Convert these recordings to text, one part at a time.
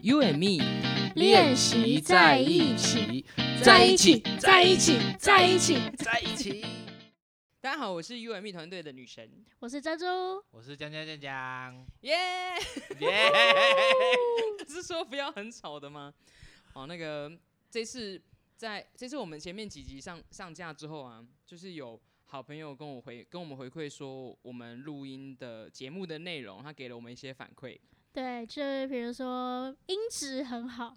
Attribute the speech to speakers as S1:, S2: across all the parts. S1: You and me
S2: 练习在一起，
S1: 在一起，在一起，在一起，在一起。大家好，我是 You and me 团队的女神，
S2: 我是珍珠，
S3: 我是江江江 江，
S1: 耶、
S3: 耶、
S1: 是说不要很吵的吗？好，那个这次在这次我们前面几集上上架之后啊，就是有好朋友跟我回跟我们回馈说，我们录音的节目的内容，他给了我们一些反馈。
S2: 对，就是比如说音质很好，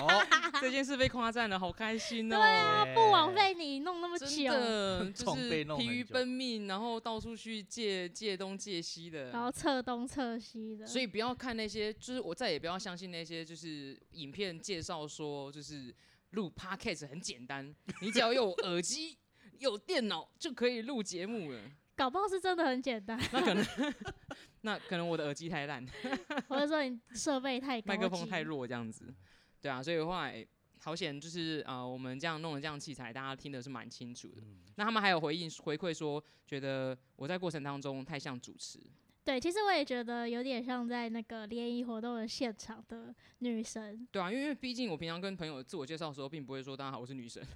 S3: 哦，
S1: 这件事被夸赞了，好开心哦！
S3: 啊
S2: 不枉费你弄那么
S1: 真
S2: 久，
S1: 的就
S3: 痛
S1: 是
S3: 被弄
S1: 疲
S3: 很
S1: 于
S3: 久
S1: 奔命，然后到处去借借东借西的，
S2: 然后测东测西的，
S1: 所以不要看那些，就是我再也不要相信那些，就是影片介绍说，就是录 podcast 很简单，你只要有耳机、有电脑就可以录节目 了。
S2: 搞不好是真的很简单，
S1: 那可能， 那可能我的耳机太烂，
S2: 或者说你设备太高
S1: 麦
S2: 级，
S1: 克风太弱，这样子。对啊，所以后来好险，就是呃，我们这样弄了这样器材，大家听的是蛮清楚的。那他们还有回应回馈说，觉得我在过程当中太像主持，
S2: 对，其实我也觉得有点像在那个联谊活动的现场的女神，
S1: 对啊，因为毕竟我平常跟朋友自我介绍的时候，并不会说大家好，我是女神。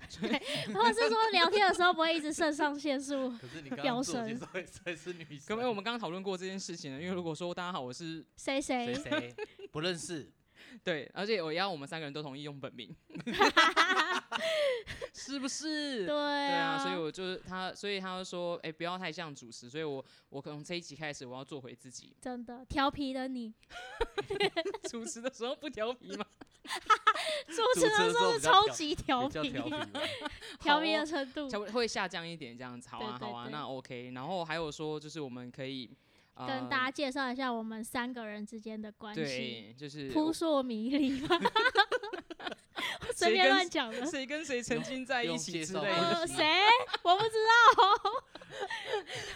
S2: 或者是说聊天的时候不会一直肾上腺素
S3: 可是你刚
S2: 飙
S3: 刚自我介
S2: 升
S3: 绍也算是女
S1: 可
S3: 生，
S1: 能我们刚刚讨论过这件事情了，因为如果说大家好，我是
S2: 谁谁
S3: 谁谁不认识，
S1: 对，而且我要我们三个人都同意用本名， 是不是？
S2: 对啊，
S1: 啊，所以我就是他，所以他就说，哎、不要太像主持，所以我我可能这一集开始我要做回自己
S2: 真的调皮的你，
S1: 主持的时候不调皮嘛，
S2: 主持的时候是超级调
S3: 比较
S2: 皮，
S3: 调皮吧，
S2: 调皮的程度，
S1: 才 会会下降一点这样子，好啊
S2: 对对
S1: 好啊，
S2: 对
S1: 那 OK。然后还有说，就是我们可以、呃、
S2: 跟大家介绍一下我们三个人之间的关系，
S1: 对，就是
S2: 扑
S1: 我
S2: 朔迷离吗？ 我随
S1: 谁
S2: 便
S1: 跟
S2: 乱讲的。
S1: 谁跟谁曾经在一
S3: 用
S1: 起
S3: 介
S1: 之
S3: 绍
S1: 类
S3: 吗
S1: 的。
S2: 呃，谁？我不知 道。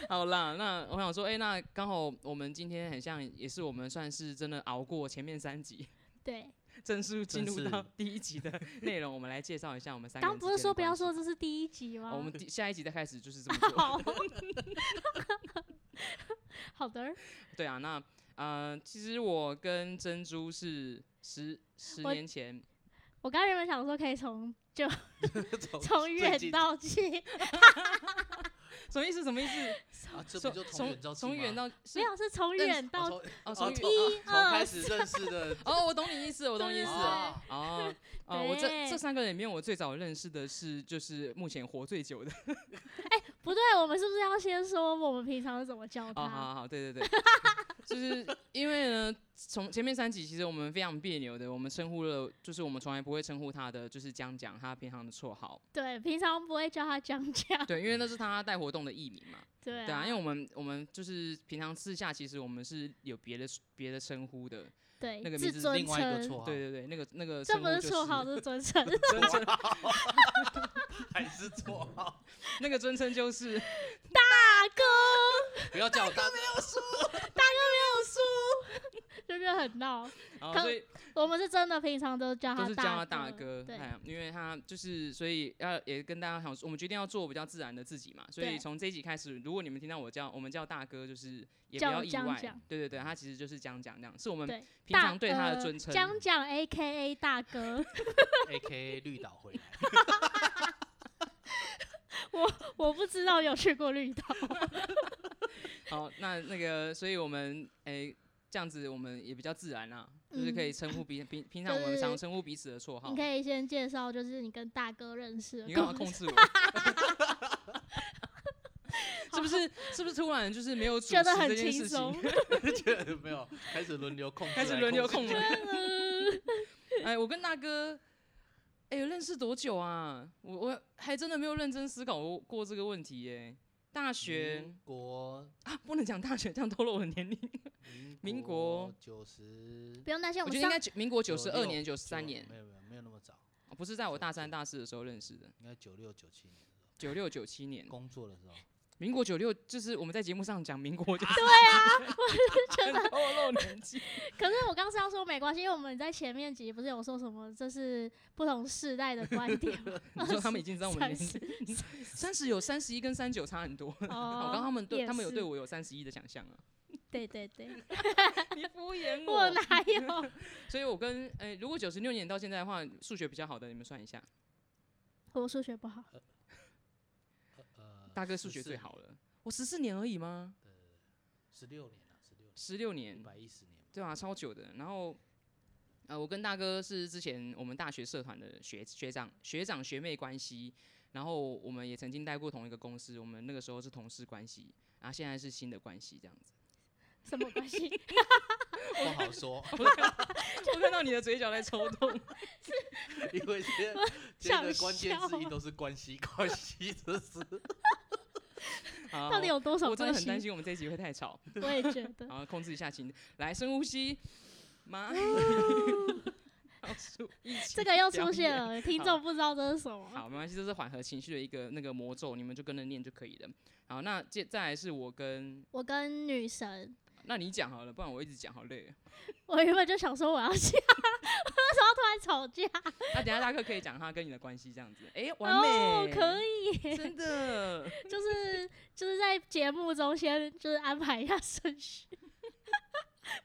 S1: 好啦，那我想说，哎、那刚好我们今天很像，也是我们算是真的熬过前面三集，
S2: 对，
S1: 正式进
S3: 真
S1: 入
S3: 是
S1: 到第一集的内容。我们来介绍一下我们三个人
S2: 刚
S1: 之
S2: 不
S1: 间的关系。
S2: 是说不要说这啊是第一集吗？
S1: 哦我们第下一集再开始就是这么做。
S2: 好，好的。
S1: 对啊，那呃，其实我跟珍珠是十十
S2: 我
S1: 年前，
S2: 我刚原本想说可以从
S3: 从
S2: 从
S3: 最
S2: 远
S3: 近
S2: 到近，
S1: 什么意思？什么意思？
S3: 啊，这
S1: 说
S3: 不就从
S1: 从
S3: 远
S1: 从远
S3: 到到
S1: 到
S2: 没
S1: 是
S2: 有是从
S1: 认识
S2: 远到
S3: 从
S1: 哦，从
S3: 从
S1: 远
S2: 一
S3: 从开
S2: 二
S3: 始认识的
S1: 哦，我懂你意思，我懂你意思。
S2: 对
S1: 哦，哦，我这
S2: 对
S1: 这三个人里面，我最早认识的是就是目前活最久的。
S2: 哦不对，我们是不是要先说我们平常是怎么叫
S1: 哦，好
S2: 他？
S1: 好好，对对 对，就是因为呢，从前面三集其实我们非常别扭的，我们称呼了，就是我们从来不会称呼他的，就是江江，他平常的绰 号，
S2: 对，平常不会叫他江江。
S1: 对，因为那是他带活动的艺名嘛，
S2: 对
S1: 对啊，因为我们我们就是平常私下其实我们是有别的别的称呼的，
S2: 对
S1: 那个名字
S2: 自
S1: 是
S2: 尊
S3: 另外一个
S2: 称，
S3: 绰号，
S1: 对对对，那个那个
S2: 这
S1: 称呼
S2: 不是
S1: 就
S2: 绰号，这是尊称。
S1: 尊称，
S3: 还是绰号，
S1: 那个尊称 就是
S2: 大哥，
S3: 不要叫我大哥，
S2: 就觉得很闹。
S1: 啊，
S2: 刚
S1: 所以
S2: 我们是真的平常都叫
S1: 都
S2: 他
S1: 是叫他大
S2: 哥
S1: 哥，，
S2: 对，
S1: 哎呀，因为他就是，所以要也跟大家想说，我们决定要做比较自然的自己嘛，所以
S2: 对
S1: 从这一集开始，如果你们听到我叫我们叫大哥，就是也不
S2: 叫
S1: 要意
S2: 江
S1: 外
S2: 江，
S1: 对对对，他其实就是江江这样，是我们
S2: 对
S1: 平常对他
S2: 大
S1: 的
S2: 呃
S1: 尊称。
S2: 江江 A K A 大哥，
S3: A K 绿岛回来，
S2: 我不知道有去过 绿岛，
S1: 好，那那个，所以我们哎。这样子我们也比较自然啦、啊就是可以称
S2: 嗯
S1: 呼彼 平平常我们
S2: 就是
S1: 常称呼彼此的绰号
S2: 你。可以先介绍，就是你跟大哥认识
S1: 你
S2: 的
S1: 干嘛
S2: 故
S1: 控
S2: 事，
S1: 制我？ 是不是是不是突然就是没有主持
S2: 觉得
S1: 这
S2: 很
S1: 件
S2: 轻
S1: 事
S2: 松
S1: 情？。
S3: 觉得有没有开始轮流控制来
S1: 开
S3: 制去，
S1: 始轮流控了。 哎，我跟大哥，哎、认识多久啊？我我还真的没有认真思考过这个问题耶、大学、
S3: 民国，
S1: 啊， 不能讲大学，这样透露我的年龄。民国
S3: 九十
S2: 不用担心，
S1: 我
S2: 我
S1: 觉
S2: 们
S1: 得应
S2: 上
S1: 该九民国九十
S3: 96
S1: 二年、九十三年，
S3: 没有没有没有那么早，
S1: 哦不是在我大三、大四的时候认识的，
S3: 应该九六九七年
S1: 九六、九七 年。
S3: 工作的时候，
S1: 民国九六就是我们在节目上讲民国，就是啊
S2: 觉得，
S1: 透露年纪。
S2: 可是我刚是要说没关系，因为我们在前面集不是有说什么，这是不同世代的观点 吗，
S1: 你说他们已经知道我们的
S2: 三
S1: 年
S2: 十
S1: 纪， 三十有三十一跟三九差很多。我刚
S2: 哦，
S1: 他们对
S2: 也
S1: 他们有
S2: 是
S1: 对我有三十一的想象啊。
S2: 对对对，
S1: 你敷衍
S2: 我
S1: 我。
S2: 哪有？
S1: 所以，我跟呃，如果九十六年到现在的话，数学比较好的，你们算一下，
S2: 我数学不好，
S3: 呃，
S1: 大哥数学最好了。我十四年而已吗？
S3: 十六年啊了，十六
S1: 十六
S3: 年，
S1: 年
S3: 一，百一十年嘛，
S1: 对啊，超久的。然后，呃，我跟大哥是之前我们大学社团的学学长、学长学妹关系，然后我们也曾经待过同一个公司，我们那个时候是同事关系，然后现在是新的关系这样子。
S2: 什么关系？
S3: 不好说，
S1: 我看到你的嘴角在抽 动，
S3: 因为现在现
S2: 想
S3: 在的关键
S2: 笑
S3: 字
S2: 啊
S3: 音都是关系，关系这是
S1: 好
S2: 到底有多少
S1: 哦我真的
S2: 关
S1: 很
S2: 系？
S1: 担心我们这一集会太吵，
S2: 我也觉得。
S1: 好，控制一下情，来深呼吸，妈， 好出一起
S2: 哦这个又
S1: 表
S2: 出现
S1: 演
S2: 了，听众不知道这是什么。
S1: 好，没关系，这是缓和情绪的一个那个魔咒，你们就跟着念就可以了。好，那接再来是我跟，
S2: 我跟女神，
S1: 那你讲好了，不然我一直讲好累。
S2: 我原本就想说我要啊嫁， 我那时候突然吵架，
S1: 那等一下大哥可以讲他跟你的关系这样子，哎、完美，
S2: 哦，可
S1: 以，
S2: 以，
S1: 真的。
S2: 就是就是在节目中先就是安排一下顺序，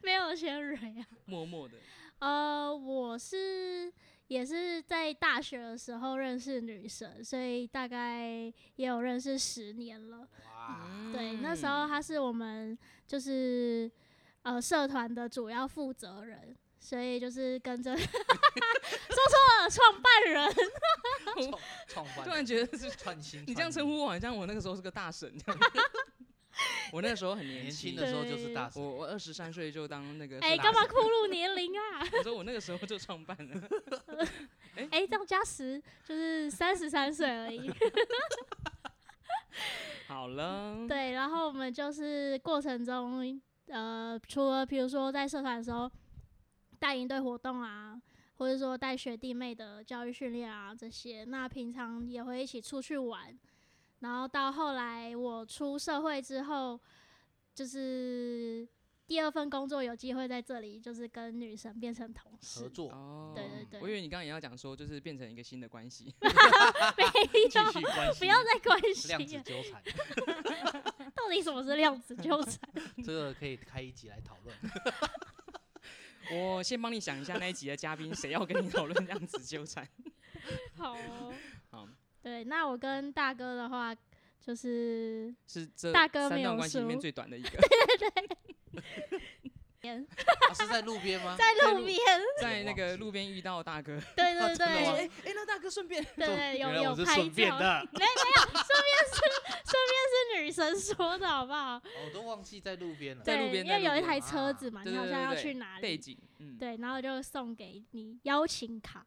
S2: 没有先蕊啊。
S1: 默默的，
S2: 呃，我是也是在大学的时候认识女神，所以大概也有认识十年了。
S3: 哇，
S2: 对，那时候
S1: 嗯
S2: 他是我们就是呃社团的主要负责人，所以就是跟着 说错了，创办人
S3: 创创
S1: 突
S3: 翻
S1: 然觉得是
S3: 创 新，
S1: 嗯你这样称呼我，好像我那个时候是个大神这样。 我那个时候很
S3: 年轻
S1: 轻
S3: 的时候就是大
S1: 我
S3: 神，
S1: 我二十三岁就当那个
S2: 哎，
S1: 社
S2: 干
S1: 大
S2: 嘛
S1: 神，
S2: 暴露年龄啊？
S1: 我说我那个时候就创办了，
S2: 哎，这样加十就是三十三岁而已。
S1: 好了，
S2: 对，然后我们就是过程中呃，除了比如说在社团的时候带营队活动啊。或者说带学弟妹的教育训练啊，这些，那平常也会一起出去玩，然后到后来我出社会之后，就是第二份工作有机会在这里，就是跟女神变成同
S3: 合
S2: 事，
S3: 作
S1: 哦，
S2: 对对对
S1: 我以为你刚刚也要讲说，就是变成一个新的关系，
S2: 没
S3: 继续
S2: 有，
S3: 关系，
S2: 不要再关心
S3: 量子
S2: 了，
S3: 纠缠，
S2: 到底什么是量子纠缠？
S3: 这个可以开一集来讨论。
S1: 我先帮你想一下那一集的嘉宾谁要跟你讨论这样子纠缠。
S2: 好、哦，
S1: 好，
S2: 对，那我跟大哥的话，就是
S1: 是这
S2: 大哥
S1: 三
S2: 没
S1: 段
S2: 有
S1: 关系里面
S2: 输
S1: 最短的一个，
S3: 啊是在路边 吗？
S2: 在
S1: 路
S2: 路边，
S1: 在那
S3: 忘
S1: 个
S3: 记
S1: 路边遇到大哥，
S2: 对对
S3: 真的
S2: 对
S3: 吗
S1: 哎，哎那大哥顺便
S2: 对对，有
S3: 啊原来
S2: 有
S3: 我是
S2: 拍
S3: 顺便
S2: 照，
S3: 的，
S2: 是女神说的好 不好？
S3: 哦我都忘记在路边了。
S1: 在路
S2: 对，
S1: 边
S2: 因为
S1: 在路
S2: 有一
S1: 边
S2: 台车子嘛，
S1: 对
S2: 啊你好
S1: 对
S2: 像
S1: 对
S2: 要
S1: 对
S2: 去哪
S1: 背
S2: 里？
S1: 景，嗯，
S2: 对，然后就送给你邀请卡，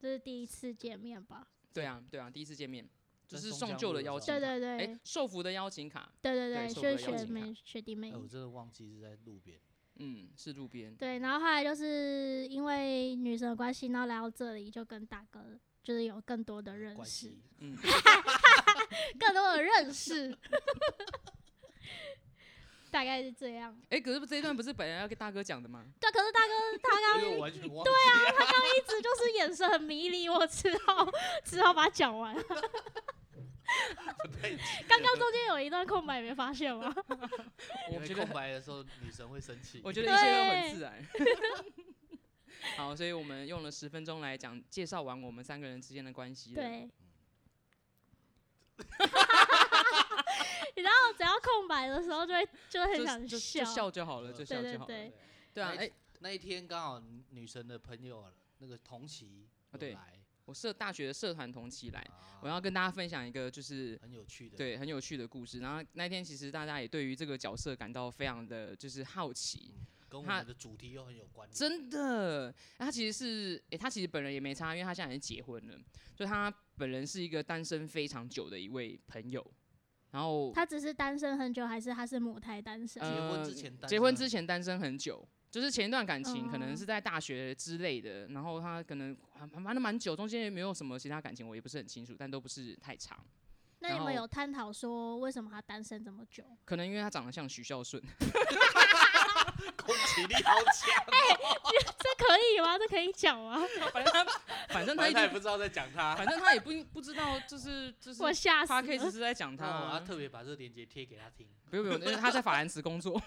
S2: 这是第一次见面吧？
S1: 对啊对啊，第一次见面就
S3: 在
S1: 是
S3: 松
S1: 送
S3: 江
S1: 旧
S3: 路
S1: 的
S3: 的时
S1: 邀
S3: 候
S1: 请卡，
S2: 对对
S1: 哎
S2: 对，
S1: 受福的邀请卡，
S2: 对
S1: 对
S2: 对
S1: 送
S2: 就
S1: 给邀
S2: 是学
S1: 请卡哦
S2: 妹学弟妹
S3: 哎，。我真的忘记是在路边。
S1: 嗯，是路边，
S2: 对，然后后来就是因为女神的关系，然后来到这里就跟大哥就是有更多的认
S3: 关
S2: 识
S3: 系，
S1: 嗯，
S2: 更多的认识， 大概是这样。
S1: 哎，可是这一段不是本来要跟大哥讲的吗？
S2: 对，可是大哥他刚
S3: 因为我完全忘记了。
S2: 一直就是眼神很迷离，我只好只好把它讲完。
S3: 对
S2: 刚刚中间有一段空白，没发现吗？
S1: 我
S3: 因为
S1: 觉
S3: 空
S1: 得
S3: 白的时候女神会生气。
S1: 我觉得一切都很
S2: 对
S1: 自然。 好，所以我们用了十分钟来讲介绍完我们三个人之间的关系了。
S2: 对。
S1: 嗯
S2: 然后只要空白的时候，就会就会很
S1: 就
S2: 想
S1: 就
S2: 笑
S1: 就。笑就好了，就笑
S2: 对
S1: 就
S2: 对
S1: 好了。
S2: 对，
S1: 对啊，
S3: 哎
S1: 哎，
S3: 那一天刚好女神的朋友那个同期
S1: 啊对
S3: 有来，
S1: 我社大学的社团同期来，
S3: 啊
S1: 我要跟大家分享一个就是
S3: 很有趣的。
S1: 对很有趣的故事。然后那天其实大家也对于这个角色感到非常的就是好奇，
S3: 嗯，跟我
S1: 他
S3: 们的主题又很有关联。
S1: 真的。他其实是诶、他其实本人也没差，因为他现在已经结婚了，就他本人是一个单身非常久的一位朋友。然后
S2: 他只是单身很久，还是他是母胎单身？
S1: 呃
S3: 结婚之前，
S1: 结婚之，前单身很久，就是前一段感情可能
S2: 哦
S1: 是在大学之类的，然后他可能还还玩的蛮久，中间也没有什么其他感情，我也不是很清楚，但都不是太长。
S2: 那你
S1: 然后
S2: 们有探讨说为什么他单身这么久？
S1: 可能因为他长得像许孝顺，
S3: 攻击力好强，
S2: 这可以吗？这可以讲吗？
S1: 反正他 反正他
S3: 反
S1: 一
S3: 正他也
S1: 定
S3: 不知道在讲他。
S1: 反正他也不不知道，就是就是
S2: 我吓死
S1: 他开始
S2: 了。
S1: 是在讲他、
S3: 那我要
S1: 啊，
S3: 哦特别把这个链接贴给他听。
S1: 不用不用，因为他在法兰茨工作。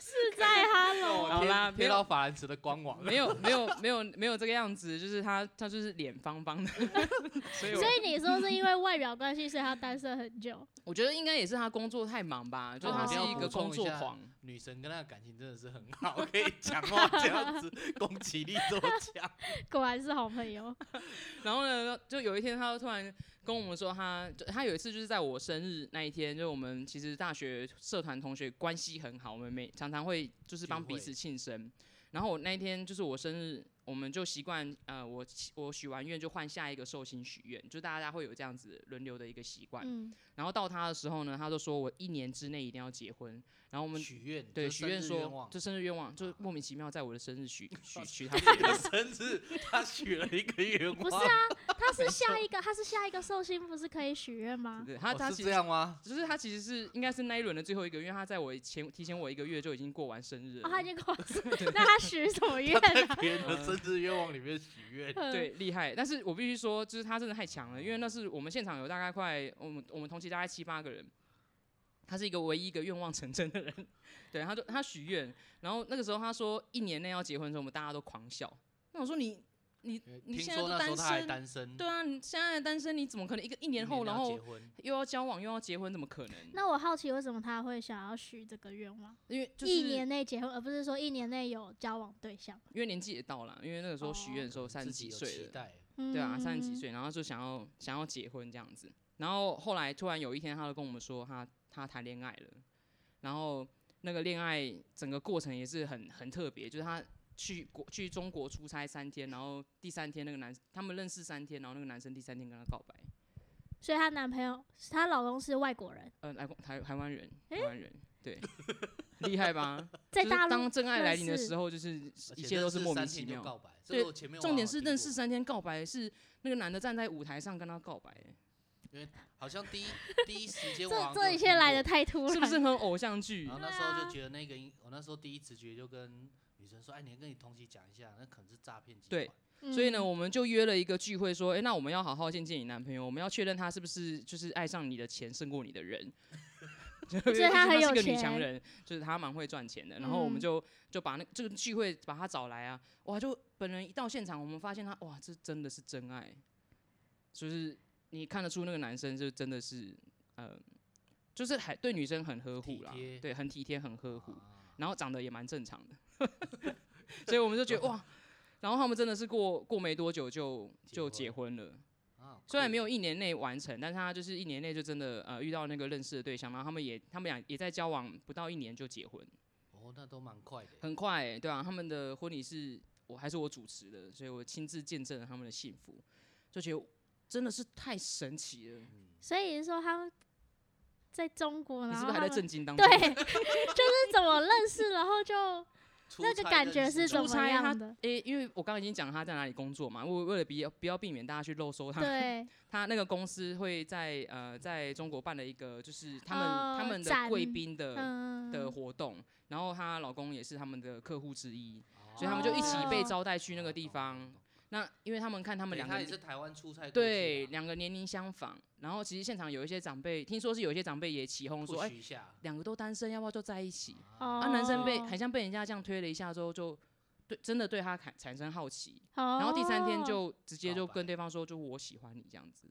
S2: 是在 Hello，
S1: 好啦没
S3: 贴
S1: 有
S3: 到法兰茨的官网。
S1: 没有没有没有没有这个样子，就是他他就是脸方方的，所以我
S2: 所以你说是因为外表关系，所以他单身很久？
S1: 我觉得应该也是他工作太忙吧，就是他
S2: 哦
S1: 是
S2: 我
S1: 一
S2: 们
S1: 个
S2: 要
S3: 补充
S1: 工作
S3: 一下
S1: 狂。
S3: 女神跟他的感情真的是很好，可以讲话这样子，攻击力这么强。
S2: 果然是好朋 友。
S1: 然后呢，就有一天他就突然跟我们说他，就他有一次就是在我生日那一天，就我们其实大学社团同学关系很好，我们每常常会就是帮
S3: 聚会
S1: 彼此庆生。然后我那一天就是我生日，我们就习惯呃，我起我许完愿就换下一个寿星许愿，就大家会有这样子轮流的一个习惯。
S2: 嗯，
S1: 然后到他的时候呢，他就说我一年之内一定要结婚。然后我们
S3: 许愿，
S1: 对
S3: 就是
S1: 许愿
S3: 生日
S1: 说
S3: 望啊
S1: 就生日愿望，就是莫名其妙在我的生日 许许许他
S3: 你的生日，他许了一个愿望。
S2: 不是 啊，他是下一个，他是下一个寿星，不是可以许愿吗？
S1: 对他
S3: 哦
S1: 他
S3: 是
S1: 其
S3: 这
S1: 实
S3: 样吗？
S1: 就是他其实是应该是那一轮的最后一个，因为他在我前提前我一个月就已经过完生日了。
S2: 哦，他已经过世，那他许什么 愿
S3: 他在
S2: 啊？
S3: 别人的生日愿望里面许愿，
S2: 嗯，
S1: 对，厉害。但是我必须说，就是他真的太强了，因为那是我们现场有大概快我们我们同期大概七八个人，他是一个唯一一个愿望成真的人。 对，他就他许愿，然后那个时候他说一年内要结婚的时候，我们大家都狂笑。那我说你你你
S3: 听
S1: 现在
S3: 说
S1: 都
S3: 那时
S1: 单
S3: 候他还
S1: 身，
S3: 单身，
S1: 对啊，你现在单身，你怎么可能一个一
S3: 一
S1: 年后然
S3: 要
S1: 后
S3: 结婚，
S1: 又要交往又要结婚，怎么可能？
S2: 那我好奇，为什么他会想要许这个愿望？
S1: 因为就是
S2: 一年内结婚，而不是说一年内有交往对象。
S1: 因为年纪也到了，因为那个时候
S2: 哦
S1: 许愿的时候三十
S3: 自
S1: 几
S3: 己有
S1: 岁
S3: 期
S1: 了。
S3: 待，
S1: 对啊，
S2: 嗯
S1: 三十几。岁，然后就想要想要结婚这样子。然后后来突然有一天，他就跟我们说他他谈恋爱了，然后那个恋爱整个过程也是很很特别，就是他去国去中国出差三天，然后第三天那个男他们认识三天，然后那个男生第三天跟他告白，
S2: 所以她男朋友，她老公是外国人，
S1: 呃，来台台湾人，台湾人， 对，厉害吧？
S2: 在
S1: 就是
S2: 大
S1: 当
S2: 陆。
S1: 真爱来临的
S2: 认识
S1: 时候，就是
S3: 而
S1: 一
S3: 且
S1: 切都
S3: 认
S1: 是
S3: 识
S1: 莫名
S3: 三
S1: 其
S3: 天就
S1: 妙。
S3: 告白。
S1: 对
S3: 这个我前面我
S1: 重点是
S3: 好像有
S1: 认
S3: 听
S1: 识
S3: 过，
S1: 三天告白，是那个男的站在舞台上跟他告白、欸
S3: 好像第一第一时间我好
S2: 这
S3: 像
S2: 这
S3: 就
S2: 一
S3: 听
S2: 切
S3: 过
S2: 来的。太突然，
S1: 是不是很偶像剧
S3: 然？后
S2: 对
S3: 那时候
S2: 啊
S3: 就觉得那个应，我那时候第一直觉就跟女生说，哎，你跟你同期讲一下，那可能是诈骗集
S1: 对
S3: 团。
S2: 嗯
S1: 所以呢，我们就约了一个聚会，说，哎、那我们要好好见见你男朋友，我们要确认他是不是就是爱上你的钱胜过你的人。 所
S2: 以他很有
S1: 是个女
S2: 钱
S1: 强人，就是他蛮会赚钱的。然后我们
S2: 嗯
S1: 就就把那这个聚会把他找来啊，哇，就本人一到现场，我们发现他哇，这真的是真爱，就是你看得出那个男生就真的是，呃，就是还对女生很呵护啦
S3: 体贴，
S1: 对，很体贴，很呵护。
S3: 啊
S1: 然后长得也蛮正常的， 所以我们就觉得哇，然后他们真的是过过没多久就就
S3: 结
S1: 结婚了，
S3: 啊
S1: 虽然
S3: 酷
S1: 没有一年内完成，但是他就是一年内就真的呃遇到那个认识的对象，然后他们也他们俩也在交往不到一年就结婚，
S3: 哦，那都蛮快的。
S1: 很快、欸、对啊，他们的婚礼是我还是我主持的，所以我亲自见证了他们的幸福，就觉得真的是太神奇了，
S2: 所以说他们在中国，
S1: 你
S2: 然
S1: 是
S2: 后
S1: 不是还
S2: 他
S1: 在
S2: 们
S1: 震惊当中？
S2: 对， 就是怎么认识，然后就
S3: 出
S2: 那个
S3: 差
S2: 感
S3: 认
S2: 觉
S3: 识
S2: 是
S3: 的
S2: 怎
S1: 出
S2: 么
S1: 差他
S2: 样的？
S1: 诶、 因为我刚刚已经讲他在哪里工作嘛，我为了比不要避免大家去漏搜他
S2: 对，
S1: 他那个公司会在呃在中国办了一个，就是他们、
S2: 哦
S1: 他们的
S2: 展
S1: 贵宾的、
S2: 嗯，
S1: 的活动，然后她老公也是他们的客户之一，
S3: 哦
S1: 所以他们就一起被
S2: 哦
S1: 招待去那个地
S3: 懂懂
S1: 方
S3: 懂。
S1: 那因为他们看他
S3: 他
S1: 们两个
S3: 他也
S1: 年
S3: 是台湾出差过去的啊，
S1: 对两个年龄相仿，然后其实现场有一些长辈，听说是有一些长辈也起哄说，
S3: push
S1: 哎、
S3: 一下
S1: 两个都单身，要不要就在一起？
S2: 哦
S1: 啊，男生被
S2: 哦
S1: 很像被人家这样推了一下之后，就对真的对他产产生好奇，
S2: 然
S1: 然后第三天
S2: 哦
S1: 就直接就
S3: 告白
S1: 跟对方说，就我喜欢你这样子。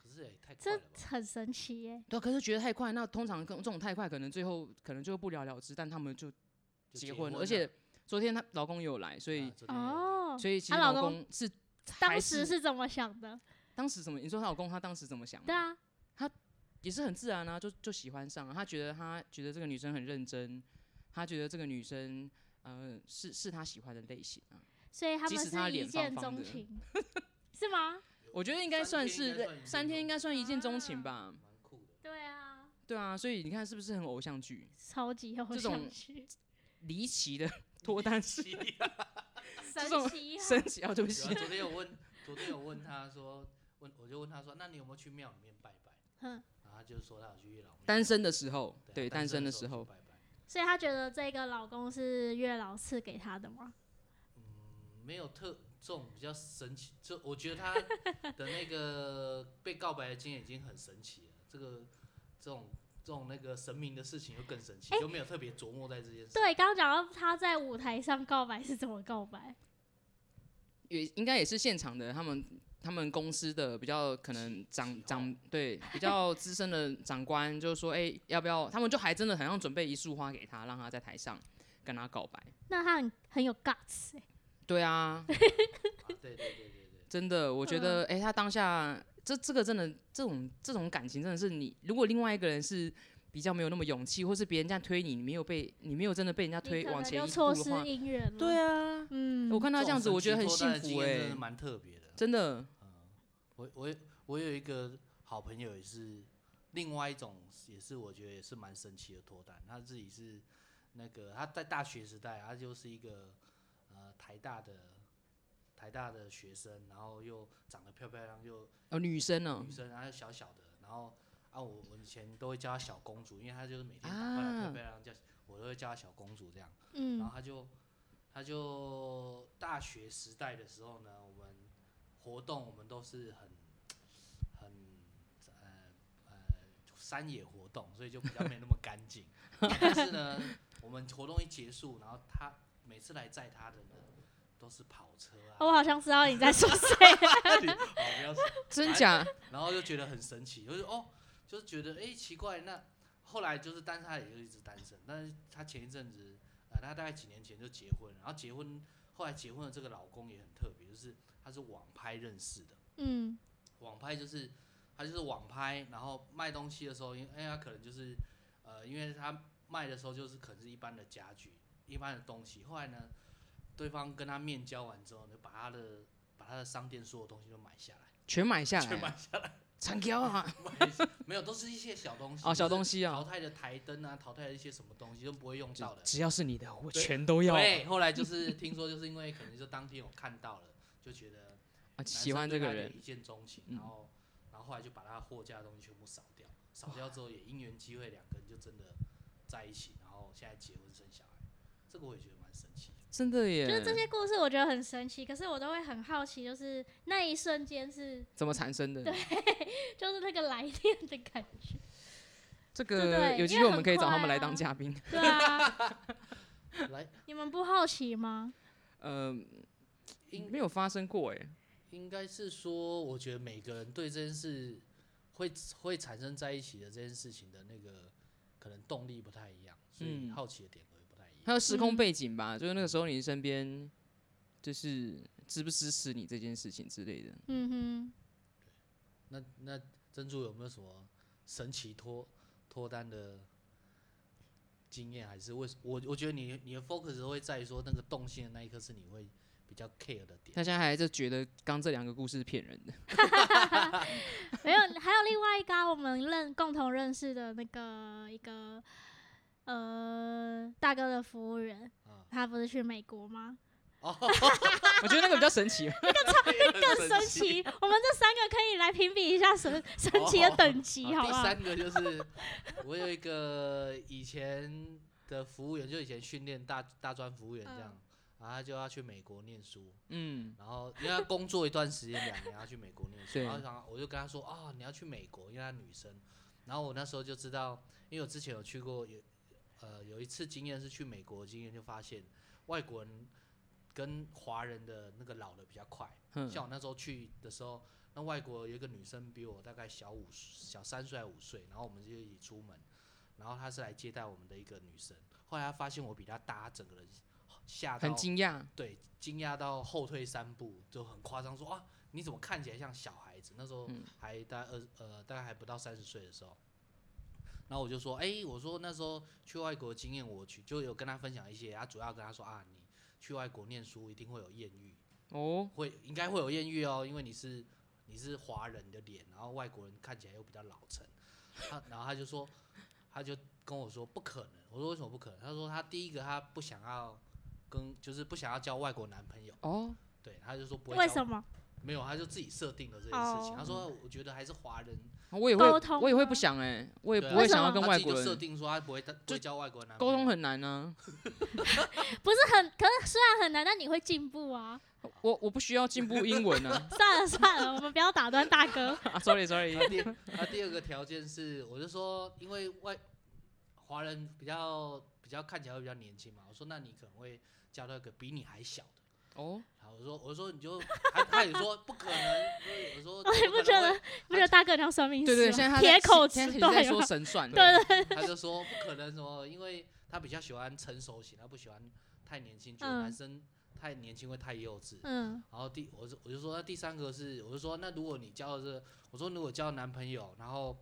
S3: 可是也太快
S2: 这
S3: 了吧？
S2: 很神奇耶，
S1: 对啊，可是觉得太快，那通常跟这种太快，可能最后可能就不了了之，但他们就
S3: 就
S1: 结
S3: 婚
S1: 婚
S3: 了，
S1: 了，而且昨天她老公有来，所以、
S3: 啊真的有
S2: 哦，
S1: 所以其
S2: 她
S1: 实
S2: 老公
S1: 公是还
S2: 当时
S1: 是
S2: 是怎么想的？
S1: 当时怎么？你说她老公他当时怎么想？
S2: 对，啊，
S1: 也是很自然啊，就就喜欢上了。他觉得他觉得这个女生很认真，他觉得这个女生呃是是他喜欢的类型啊。
S2: 所以他
S1: 即
S2: 们
S1: 使他
S2: 是一
S1: 脸
S2: 见
S1: 方方
S2: 钟
S1: 的
S2: 情， 是吗？
S1: 我觉得应该算
S3: 三天应
S1: 是
S3: 该
S1: 类
S3: 算一见
S1: 三天，
S3: 钟
S1: 应该算一见钟情
S2: 啊
S1: 吧。
S3: 蛮酷的。
S2: 对啊，
S1: 对啊，所以你看是不是很偶像剧？
S2: 超级偶
S1: 这种
S2: 像 剧，
S1: 离奇的脱单 是种
S2: 神奇啊，
S1: 神奇啊，对不
S3: 有
S1: 起
S3: 啊，昨天有问，昨天有问他说，问我就问他说，那你有没有去庙里面拜拜？
S2: 嗯
S3: 然后他他就说他有去月老庙，
S1: 单身的时候，对，啊
S3: 单
S1: 单身的
S3: 的
S1: 时候
S3: 去，拜拜，
S2: 所以她觉得这个老公是月老赐给她的吗？
S3: 嗯没有特这种比较神奇，就我觉 得他的那个被告白的经验已经很神奇了，这个这种这种那个神明的事情又更神奇，就没有特别琢磨在这件事。啊
S2: 对，，刚刚讲到她在舞台上告白是怎么告白？
S1: 也应该也是现场的，他们他们公司的比较可能长
S3: 喜好
S1: 长对比较资深的长官，就是说，哎、要不要？他们就还真的很像准备一束花给他，让他在台上跟他告白。
S2: 那她很很有 guts 欸
S1: 对啊，
S3: 啊对对对对对，
S1: 真的，我觉得，哎、他当下这这个真的，这种这种感情真的是你，如果另外一个人是比较没有那么勇气，或是别人这样推你，你没有被，你没有真的被人家推
S2: 你可
S1: 往
S2: 能
S1: 前
S2: 就
S1: 一步
S2: 错
S1: 的
S2: 失
S1: 话，
S2: 姻缘了。
S1: 对，啊，
S2: 嗯，
S1: 我看到这样子，
S3: 种
S1: 我觉得
S3: 神
S1: 很
S3: 奇
S1: 幸
S3: 脱单的经
S1: 福哎、
S3: 验真的蛮特别的。
S1: 真的，
S3: 我我我有一个好朋友也是另外一种，也是我觉得也是蛮神奇的脱单。他自己是那个他在大学时代，他就是一个呃台大的台大的学生，然后又长得漂漂亮，又
S1: 哦，女生哦、
S3: 女生，然后又小小的，然后啊我我以前都会叫她小公主，因为她就是每天打
S1: 啊
S3: 扮得漂漂亮亮，叫我都会叫她小公主这样。然
S2: 嗯
S3: 后他就他就大学时代的时候呢，我们活动我们都是很很呃呃山野活动，所以就比较没那么干净。但是呢，我们活动一结束，然后他每次来载他的呢都是跑车啊，
S2: 我好像知道你在说谁。
S3: 哦不要说
S1: 真假？
S3: 然后就觉得很神奇，就是哦，就是觉得哎、诶奇怪，那后来就是，但是他也就一直单身，但是他前一阵子，呃，他大概几年前就结婚了，然后结婚后来结婚的这个老公也很特别，就是他是网拍认识的，
S2: 嗯，
S3: 网拍就是他就是网拍，然后卖东西的时候，因为哎、他可能就是呃，因为他卖的时候就是可能是一般的家具、一般的东西，后来呢，对方跟他面交完之后呢，就把他的把他的商店所有东西都买下来，
S1: 全买下来
S3: 全
S1: 啊，
S3: 买下来。
S1: 长条啊，
S3: 没有，都是一些小东 西
S1: 哦，小
S3: 西
S1: 东西
S3: 淘
S1: 啊，
S3: 汰的台灯啊，淘汰的一些什么东西都不会用
S1: 只
S3: 到的。
S1: 只要是你的，我
S3: 对
S1: 全都要啊
S3: 对，后来就是听说，就是因为可能就当天我看到了，就觉得
S1: 啊，
S3: 男
S1: 喜
S3: 生
S1: 欢这
S3: 对
S1: 个
S3: 他有
S1: 人，
S3: 一见钟情，
S1: 嗯
S3: 然后然后后来就把他货架的东西全部扫掉，扫掉之后也因缘机会，两个人就真的在一起，然后现在结婚生小孩，这个我也觉得蛮神奇的。
S1: 真的耶，
S2: 就是这些故事我觉得很神奇，可是我都会很好奇，就是那一瞬间是
S1: 怎么产生的？
S2: 就是那个来电的感觉。
S1: 这
S2: 对
S1: 个
S2: 对
S1: 有机
S2: 因
S1: 会
S2: 为
S1: 我们
S2: 很
S1: 可以找他
S2: 快
S1: 们来当
S2: 啊
S1: 嘉宾。
S2: 对啊，
S3: 来，
S2: 你们不好奇吗？
S1: 呃，
S3: 应
S1: 没有发生过哎、
S2: 嗯
S3: 应该是说，我觉得每个人对这件事会会产生在一起的这件事情的那个可能动力不太一样，所以
S1: 嗯
S3: 好奇的点会不太一
S1: 还
S3: 样。
S1: 有时空
S2: 嗯
S1: 背景吧，就是那个时候你身边就是支不支持你这件事情之类的。
S2: 嗯
S3: 那那珍珠有没有什么神奇脱脱单的经验？还是为什我我觉得你你的 focus 都会在于说那个动心的那一刻是你会比较 care 的点。
S1: 他现在还是觉得刚这两个故事是骗人的，
S2: 哼，没有，还有另外一个啊我们认共同认识的那个一个呃大哥的服务员，
S3: 啊
S2: 他不是去美国吗？
S1: 我觉得那个比较神奇。
S2: 更神奇，我们这三个可以来评比一下神神奇的等级，好
S3: 哦好
S2: 不
S3: 第
S2: 好？
S3: 三个就是我有一个以前的服务员，就以前训练大大专服务员这样，
S2: 嗯
S3: 然后他就要去美国念书，
S1: 嗯，
S3: 然后因为他工作一段时间两年，他去美国念书，
S1: 对
S3: 然后想我就跟他说啊、你要去美国，因为他女生，然后我那时候就知道，因为我之前有去过有呃有一次经验是去美国的经验，就发现外国人跟华人的那个老的比较快。
S1: 哼
S3: 像我那时候去的时候，那外国有一个女生比我大概小五小三岁还五岁，然后我们就一起出门，然后她是来接待我们的一个女生。后来她发现我比她大，她整个人吓到
S1: 很，惊讶，
S3: 对，惊讶到后退三步，就很夸张说啊，你怎么看起来像小孩子？那时候
S1: 嗯
S3: 还大概二呃大概还不到三十岁的时候。然后我就说，哎、我说那时候去外国经验，我去就有跟她分享一些，她主要跟她说啊，你去外国念书一定会有艳遇，
S1: 哦，
S3: 会应该会有艳遇哦，因为你是你是华人的脸，然后外国人看起来又比较老成。他然后他就说，他就跟我说不可能。我说为什么不可能？他说他第一个他不想要跟，就是不想要交外国男朋友。
S1: 哦，
S3: 对，他就说不会
S2: 为
S3: 交
S2: 什么？
S3: 没有，他就自己设定了这件事情。
S2: 哦
S3: 他说，我觉得还是华人，
S1: 啊我也
S2: 沟
S1: 会，
S2: 通啊
S1: 我也会
S2: 吗
S1: 不想哎、我也
S3: 对
S1: 不
S3: 啊
S1: 会想要
S2: 为什么
S1: 跟
S3: 他
S1: 外
S3: 自己
S1: 国
S3: 就设
S1: 人
S3: 定说他不会，不
S1: 就
S3: 会交外国人男朋
S1: 沟
S3: 友
S1: 通很难啊。
S2: 不是很，可是虽然很难，但你会进步啊。
S1: 我我不需要进步英文 啊
S2: 算了算了，我们不要打断大 哥。
S1: 啊，sorry sorry，
S3: 他第他第二 个条件是，我就说，因为外华人比较比较看起来会比较年轻嘛，我说那你可能会交到一个比你还小的。
S1: 哦，
S3: 然后我说我说你就他他也说不可能，我说
S2: 哎
S3: 怎么
S2: 不
S3: 可
S2: 觉得
S3: 能会
S2: 不觉得大哥像算命
S1: 对对，
S2: 师
S1: 现在
S2: 吗？
S1: 他
S2: 铁
S1: 在
S2: 口
S1: 现
S2: 直
S1: 在在
S2: 断
S1: 说
S2: 吗？
S1: 神 算，
S2: 对啊
S3: 他就说不可能什么，因为他比较喜欢成熟型，他不喜欢太年轻，觉得
S2: 嗯
S3: 男生太年轻会太幼稚。
S2: 嗯，
S3: 然后第我就我就说那第三个是，我就说那如果你交的是，我说如果交的男朋友，然后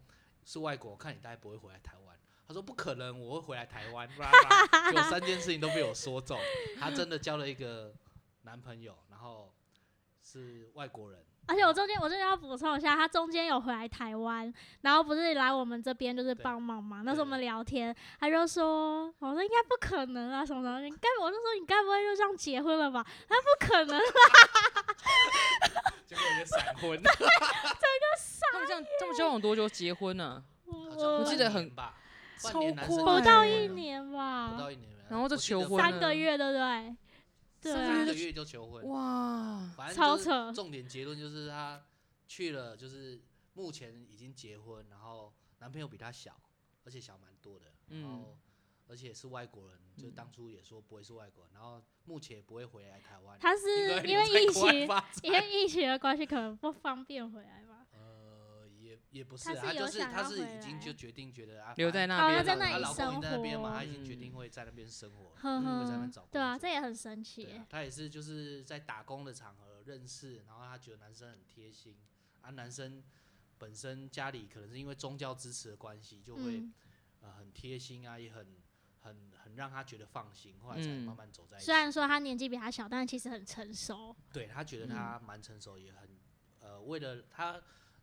S3: 是外国，我看你大概不会回来台湾。他说不可能，我会回来台 湾。巴拉巴拉有三件事情都被我说中，他真的交了一个男朋友，然后是外国人。
S2: 而且我中间我这边要补充一下，他中间有回来台湾，然后不是来我们这边就是
S3: 对
S2: 帮忙嘛。那时候我
S3: 对
S2: 们聊天，他就说，我说应该不可能啊，什么什么，你该我就说你该不会就这样结婚了吧？他说不可能，
S3: 结果也闪 婚，
S1: 他们这样他们交往多久结婚啊呢、
S2: 我
S1: 我记得很
S3: 吧， 半
S1: 超
S3: 年男生
S1: 快
S3: 就
S2: 不
S3: 结
S2: 到
S3: 婚
S2: 一
S3: 了，
S2: 年
S3: 不
S2: 吧，
S3: 到一年，
S1: 然后就
S3: 我记
S1: 求
S3: 得
S1: 婚
S2: 三
S1: 了
S2: 个月对不对？对
S1: 三
S2: 啊
S3: 三
S1: 个
S3: 个
S1: 月
S3: 月就求婚，
S1: 哇，
S3: 反正
S2: 超
S3: 就是
S2: 扯
S3: 重点结论就是她去了，就是目前已经结婚，然后男朋友比她小，而且小蛮多的，然
S1: 嗯
S3: 后而且是外国人，就
S1: 嗯
S3: 当初也说不会是外国人，然后目前也不会回来台湾，
S2: 他是
S3: 应该
S2: 因
S3: 留
S2: 为
S3: 在
S2: 疫
S3: 国外
S2: 情，
S3: 发
S2: 因
S3: 展
S2: 为疫情的关系，可能不方便回来吧。
S3: 呃也也不是
S2: 他
S3: 啊，
S2: 是
S3: 他
S2: 有
S3: 就是
S2: 想
S3: 他
S2: 要
S3: 是
S2: 回
S3: 已经
S2: 来
S3: 就决定觉得啊，
S1: 留在
S3: 反
S1: 那边了，
S2: 哦要在
S3: 正
S2: 那
S3: 她
S2: 里
S3: 老公已经在那边嘛，
S2: 生
S3: 她已经决
S1: 活
S3: 定会在那边生活，
S2: 呵
S1: 嗯
S3: 会在那边
S2: 呵，
S3: 找工
S2: 对啊，
S3: 作
S2: 这也很神奇
S3: 对
S2: 耶
S3: 啊，。他也是就是在打工的场合认识，然后他觉得男生很贴心啊，男生本身家里可能是因为宗教支持的关系，就会、
S2: 嗯，
S3: 呃很贴心啊，也很很很让他觉得放心，后来才
S1: 嗯
S3: 慢慢走在一起。啊
S2: 虽然说他年纪比他小，但其实很成熟。
S3: 对他觉得
S1: 嗯
S3: 他蛮成熟，也很呃为了他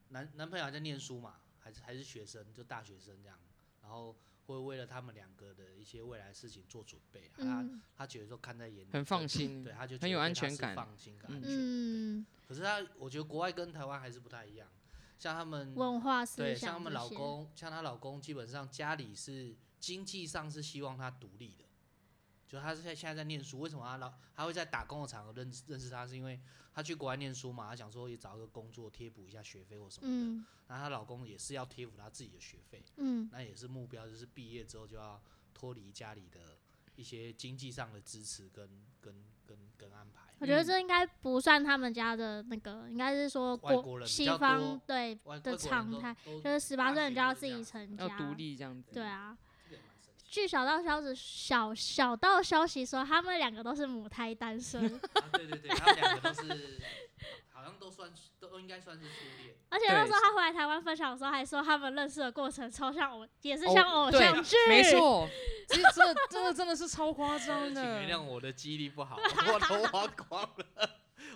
S3: 男男朋友还在念书嘛，还是还是学生，就大学生这样，然后会为了他们两个的一些未来的事情做准备，啊他
S2: 嗯
S3: 他觉得说看在眼里，
S1: 很放心
S3: 对，他就
S1: 很
S3: 觉得
S1: 有
S3: 对
S1: 安
S3: 他
S1: 全
S3: 是
S1: 感
S3: 放心跟
S1: 嗯
S3: 安全感。
S2: 嗯，
S3: 可是他，我觉得国外跟台湾还是不太一样，像他们
S2: 文化思
S3: 对
S2: 想
S3: 像他们
S2: 这
S3: 老
S2: 些
S3: 公，像她老公基本上家里是经济上是希望她独立的，就她是现在现在在念书，为什么她老她会在打工的场合认识认识她，是因为她去国外念书嘛，她想说也找一个工作贴补一下学费或什么的，
S2: 嗯
S3: 那她老公也是要贴补她自己的学费，
S2: 嗯
S3: 那也是目标，就是毕业之后就要脱离家里的一些经济上的支持跟跟跟跟安排。
S2: 我觉得
S1: 嗯
S2: 这应该不算他们家的那个，应该是说
S3: 外国人比
S2: 西
S3: 较
S2: 方
S3: 多
S2: 对，的
S3: 外外国人
S2: 常
S3: 都
S2: 态
S3: 都
S2: 就是十八
S3: 大
S2: 岁
S3: 学
S2: 你就
S3: 都
S2: 要
S3: 是
S2: 自
S3: 这
S2: 己
S3: 样
S2: 成
S1: 要
S2: 家，
S1: 独立这样子，
S2: 对啊。
S3: 这个也蛮神奇
S2: 据小道消息，小小道消息说，他们两个都是母胎单 身，
S3: 的。啊对对对，他们两个都是好像都算是都应该算是初恋。
S2: 而且
S1: 对
S2: 那时候他回来台湾分享的时候，还说他们认识的过程超像偶，也是
S1: 偶
S2: 像偶
S1: 对
S2: 像剧，
S1: 没，错，这这真的真的是超夸张
S3: 请
S1: 的
S3: 原，谅我的记忆力不好，我都忘光了，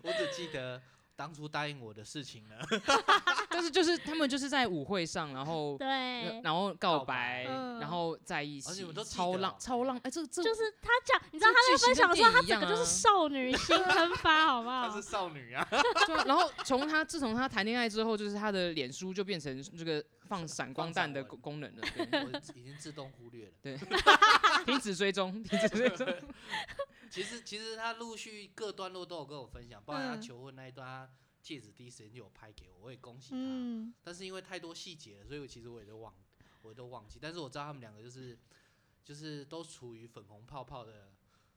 S3: 我只记得当初答应我的事情了。
S1: 但是就是他们就是在舞会上，然后
S2: 对，
S1: 然后告
S3: 告
S1: 白
S3: 白，
S2: 嗯
S1: 然后在一
S3: 而且
S1: 起
S3: 我，都记
S1: 超
S3: 得
S1: 浪
S3: 哦
S1: 超浪，哎，这这
S2: 就是他讲，你知
S1: 这
S2: 道他
S1: 剧
S2: 在分
S1: 情跟电
S2: 享的时候，他
S1: 影一样
S2: 整个就是
S1: 啊
S2: 少女心喷发，好不好
S3: 她？是少女啊，
S1: 对啊，然后从他自从他谈恋爱之后，就是他的脸书就变成这个放闪光弹的
S3: 放闪
S1: 功功
S3: 文
S1: 能了，
S3: 我已经自动忽略了。
S1: 对停止追踪，停止追踪。
S3: 其实其实他陆续各段落都有跟我分享，包括他
S2: 嗯
S3: 求婚那一段，他戒指第一时间就有拍给我，我也恭喜他。
S2: 嗯，
S3: 但是因为太多细节了，所以我其实我也都忘，我都忘记。但是我知道他们两个就是就是都处于粉红泡泡的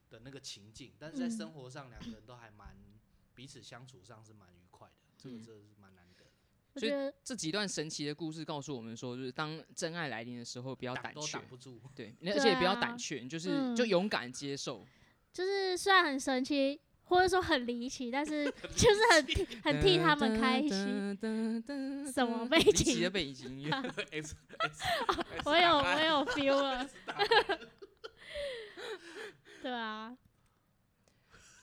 S3: 的那个情境，但是在
S2: 嗯
S3: 生活上两个人都还蛮彼此相处上是蛮愉快的，这个
S1: 嗯
S3: 真的是蛮难得的。
S2: 我
S1: 所以
S2: 觉得
S1: 这几段神奇的故事告诉我们说，就是当真爱来临的时候，不要胆
S3: 挡都
S1: 怯
S3: 挡，不住，
S1: 对，而且也不要胆
S2: 啊
S1: 怯，你就是、
S2: 嗯
S1: 就勇敢接受。
S2: 就是虽然很神奇，或者说很离奇，但是就是很替很替他们开心。
S1: 心
S2: 什么背
S1: 离奇
S2: 景
S1: 的背景音乐？
S2: 我有我有 feel 了， 对啊，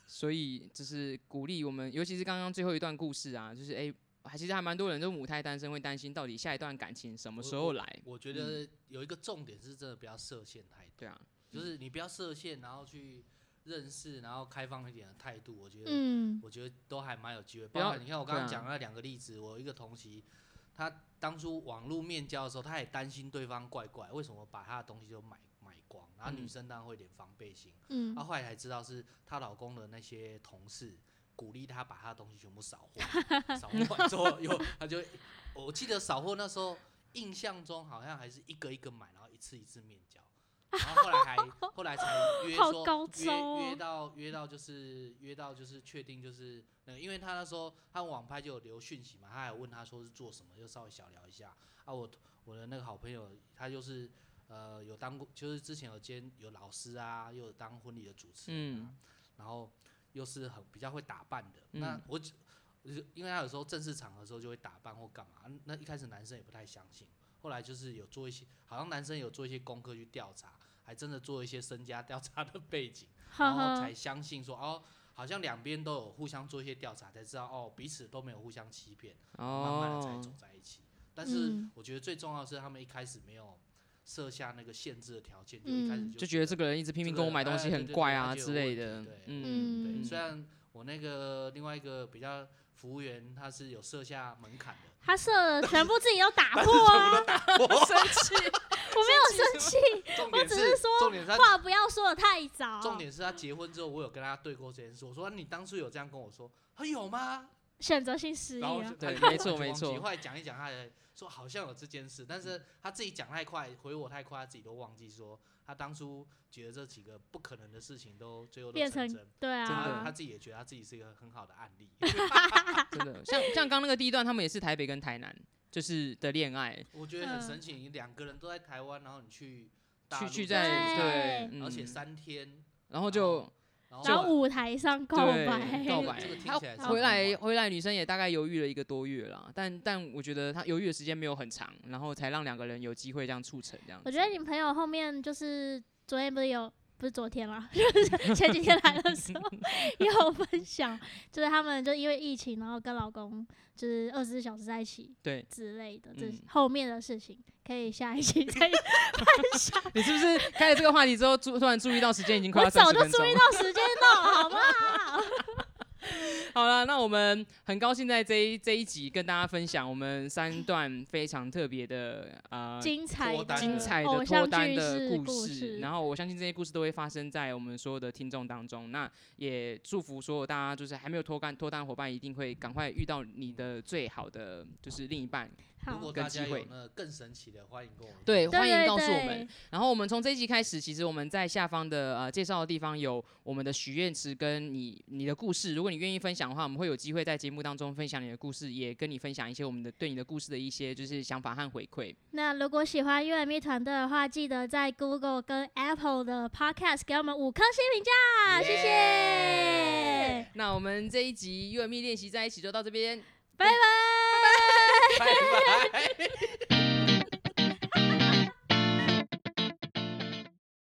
S1: 所以就是鼓励我们，尤其是刚刚最后一段故事啊，就是哎。还其实还蛮多人都母胎单身，会担心到底下一段感情什么时候来？
S3: 我觉得有一个重点是真的不要设限太多，
S1: 对啊，
S3: 就是你不要设限，然后去认识，然后开放一点的态度，我觉得、
S2: 嗯，
S3: 我觉得都还蛮有机会。
S1: 不
S3: 包
S1: 要
S3: 括你看我刚刚
S1: 对啊
S3: 讲那两个例子，我一个同期，他当初网络面交的时候，他也担心对方怪怪，为什么把他的东西都买买光？然后女
S1: 嗯
S3: 生当然会有点防备心。
S2: 嗯
S3: 她、后来才知道是她老公的那些同事鼓励她把她的东西全部扫货，扫完之后又她就，我记得扫货那时候印象中好像还是一个一个买，然后一次一次面交。然后后来还后来才约
S2: 好
S3: 说
S2: 高招哦
S3: 约约到约到就是约到就是确定就是那个，因为她那时候她网拍就有留讯息嘛，她还有问她说是做什么，就稍微小聊一下啊。我我的那个好朋友他就是呃，有当过，就是之前有兼有老师啊，又有当婚礼的主持
S2: 嗯
S1: 嗯
S3: 人、啊，然后又是很比较会打扮的。那
S1: 嗯
S3: 我只就是因为他有时候正式场合的时候就会打扮或干嘛，那一开始男生也不太相信，后来就是有做一些，好像男生有做一些功课去调查，还真的做一些身家调查的 背景，
S2: 呵
S3: 然后
S2: 呵
S3: 才，相信说哦。好像两边都有互相做一些调查，才知道哦，彼此都没有互相欺骗，慢慢的才
S1: 哦
S3: 走，在一起。但是
S2: 嗯
S3: 我觉得最重要的是，他们一开始没有设下那个限制的条件，就一开始
S2: 嗯
S1: 就
S3: 觉
S1: 觉得这个人一直拼命跟我买东
S3: 这
S1: 西
S3: 个人
S1: 很怪
S3: 哎
S1: 啊
S3: 对
S1: 之
S3: 对对
S1: 类
S3: 他就有
S1: 的
S3: 问题对，
S1: 嗯，
S3: 对。
S2: 嗯
S3: 虽然我那个另外一个比较服务员，他是有设下门槛的，
S2: 他射了全部自己都打破啊，
S1: 生气，
S2: 我没有生
S1: 生
S2: 气，
S3: 重点
S2: 只是说
S3: 重点是他
S2: 话不要说的太早，
S3: 重点是他结婚之后，我有跟他对过这件事，我说啊你当初有这样跟我说，他有吗？
S2: 选择性失忆
S3: 然后我
S2: 啊
S3: 就，
S1: 对
S3: 他就
S1: 没错
S3: 忘记
S1: 没错嗯
S3: 后来讲一讲，他还说好像有这件事，但是他自己讲太快，回我太快，他自己都忘记说他当初觉得这几个不可能的事情都最后都
S2: 变
S3: 成
S2: 成
S3: 真。
S2: 对
S1: 真
S3: 他
S1: 的
S2: 啊
S3: 他，自己也觉得他自己是一个很好的案例。
S1: 真的， 像像刚那个第一段，他们也是台北跟台南，就是的恋爱，
S3: 我觉得很
S2: 嗯
S3: 神奇，你两个人都在台湾，然后你去大
S1: 去
S3: 陆
S1: 去
S3: 这样
S1: 在
S3: 子
S1: 对，
S3: 看
S1: 嗯
S3: 而且三天，
S1: 然后就
S3: 然
S2: 然
S3: 后
S2: 后舞台上告
S1: 哦对
S2: 白，
S1: 告
S3: 哦这
S1: 白
S3: 个听，起来是啊
S1: 他回
S3: 很
S1: 来
S3: 好
S1: 回来，女生也大概犹豫了一个多月啦，但但我觉得她犹豫的时间没有很长，然后才让两个人有机会这样促成这样子。
S2: 我觉得你朋友后面就是昨天不是有，不是昨天啦， 就是前几天来 的时候也有分享，就是他们就因为疫情，然后跟老公就是二十四小时在一起
S1: 对
S2: 之类的，这、
S1: 嗯
S2: 后面的事情可以下一期 再分享。
S1: 你是不是开了这个话题之后，注突然注意到时间已经快
S2: 我
S1: 要三
S2: 早
S1: 十
S2: 就
S1: 分
S2: 注
S1: 钟
S2: 意
S1: 了？
S2: 到时间到了，好不 好？
S1: 好了，那我们很高兴在这一这一集跟大家分享我们三段非常特别的呃
S2: 精彩
S3: 脱单
S1: 精彩
S2: 偶
S1: 的脱
S2: 像
S1: 单
S2: 剧
S1: 的
S2: 式
S1: 故
S2: 事，
S1: 然后我相信这些故事都会发生在我们所有的听众当中。那也祝福所有大家，就是还没有脱单脱单的伙伴，一定会赶快遇到你的最好的就是另一半。
S3: 如
S2: 好
S3: 果。
S1: 跟
S3: 大
S1: 机
S3: 家有
S1: 会
S3: 那更神奇的，欢迎跟我们
S1: 对，
S3: 分享
S1: 欢迎
S2: 对
S1: 告诉我
S2: 对
S1: 们。然后我们从这一集开始，其实我们在下方的呃介绍的地方有我们的许愿池跟你你的故事。如果你愿意分享的话，我们会有机会在节目当中分享你的故事，也跟你分享一些我们的对你的故事的一些就是想法和回馈。
S2: 那如果喜欢 UME 团队的话，记得在 Google 跟 Apple 的 Podcast 给我们五颗星评价，谢谢。
S1: 那我们这一集 U M E 练习在一起就到这边。
S2: 拜拜。
S3: 拜拜。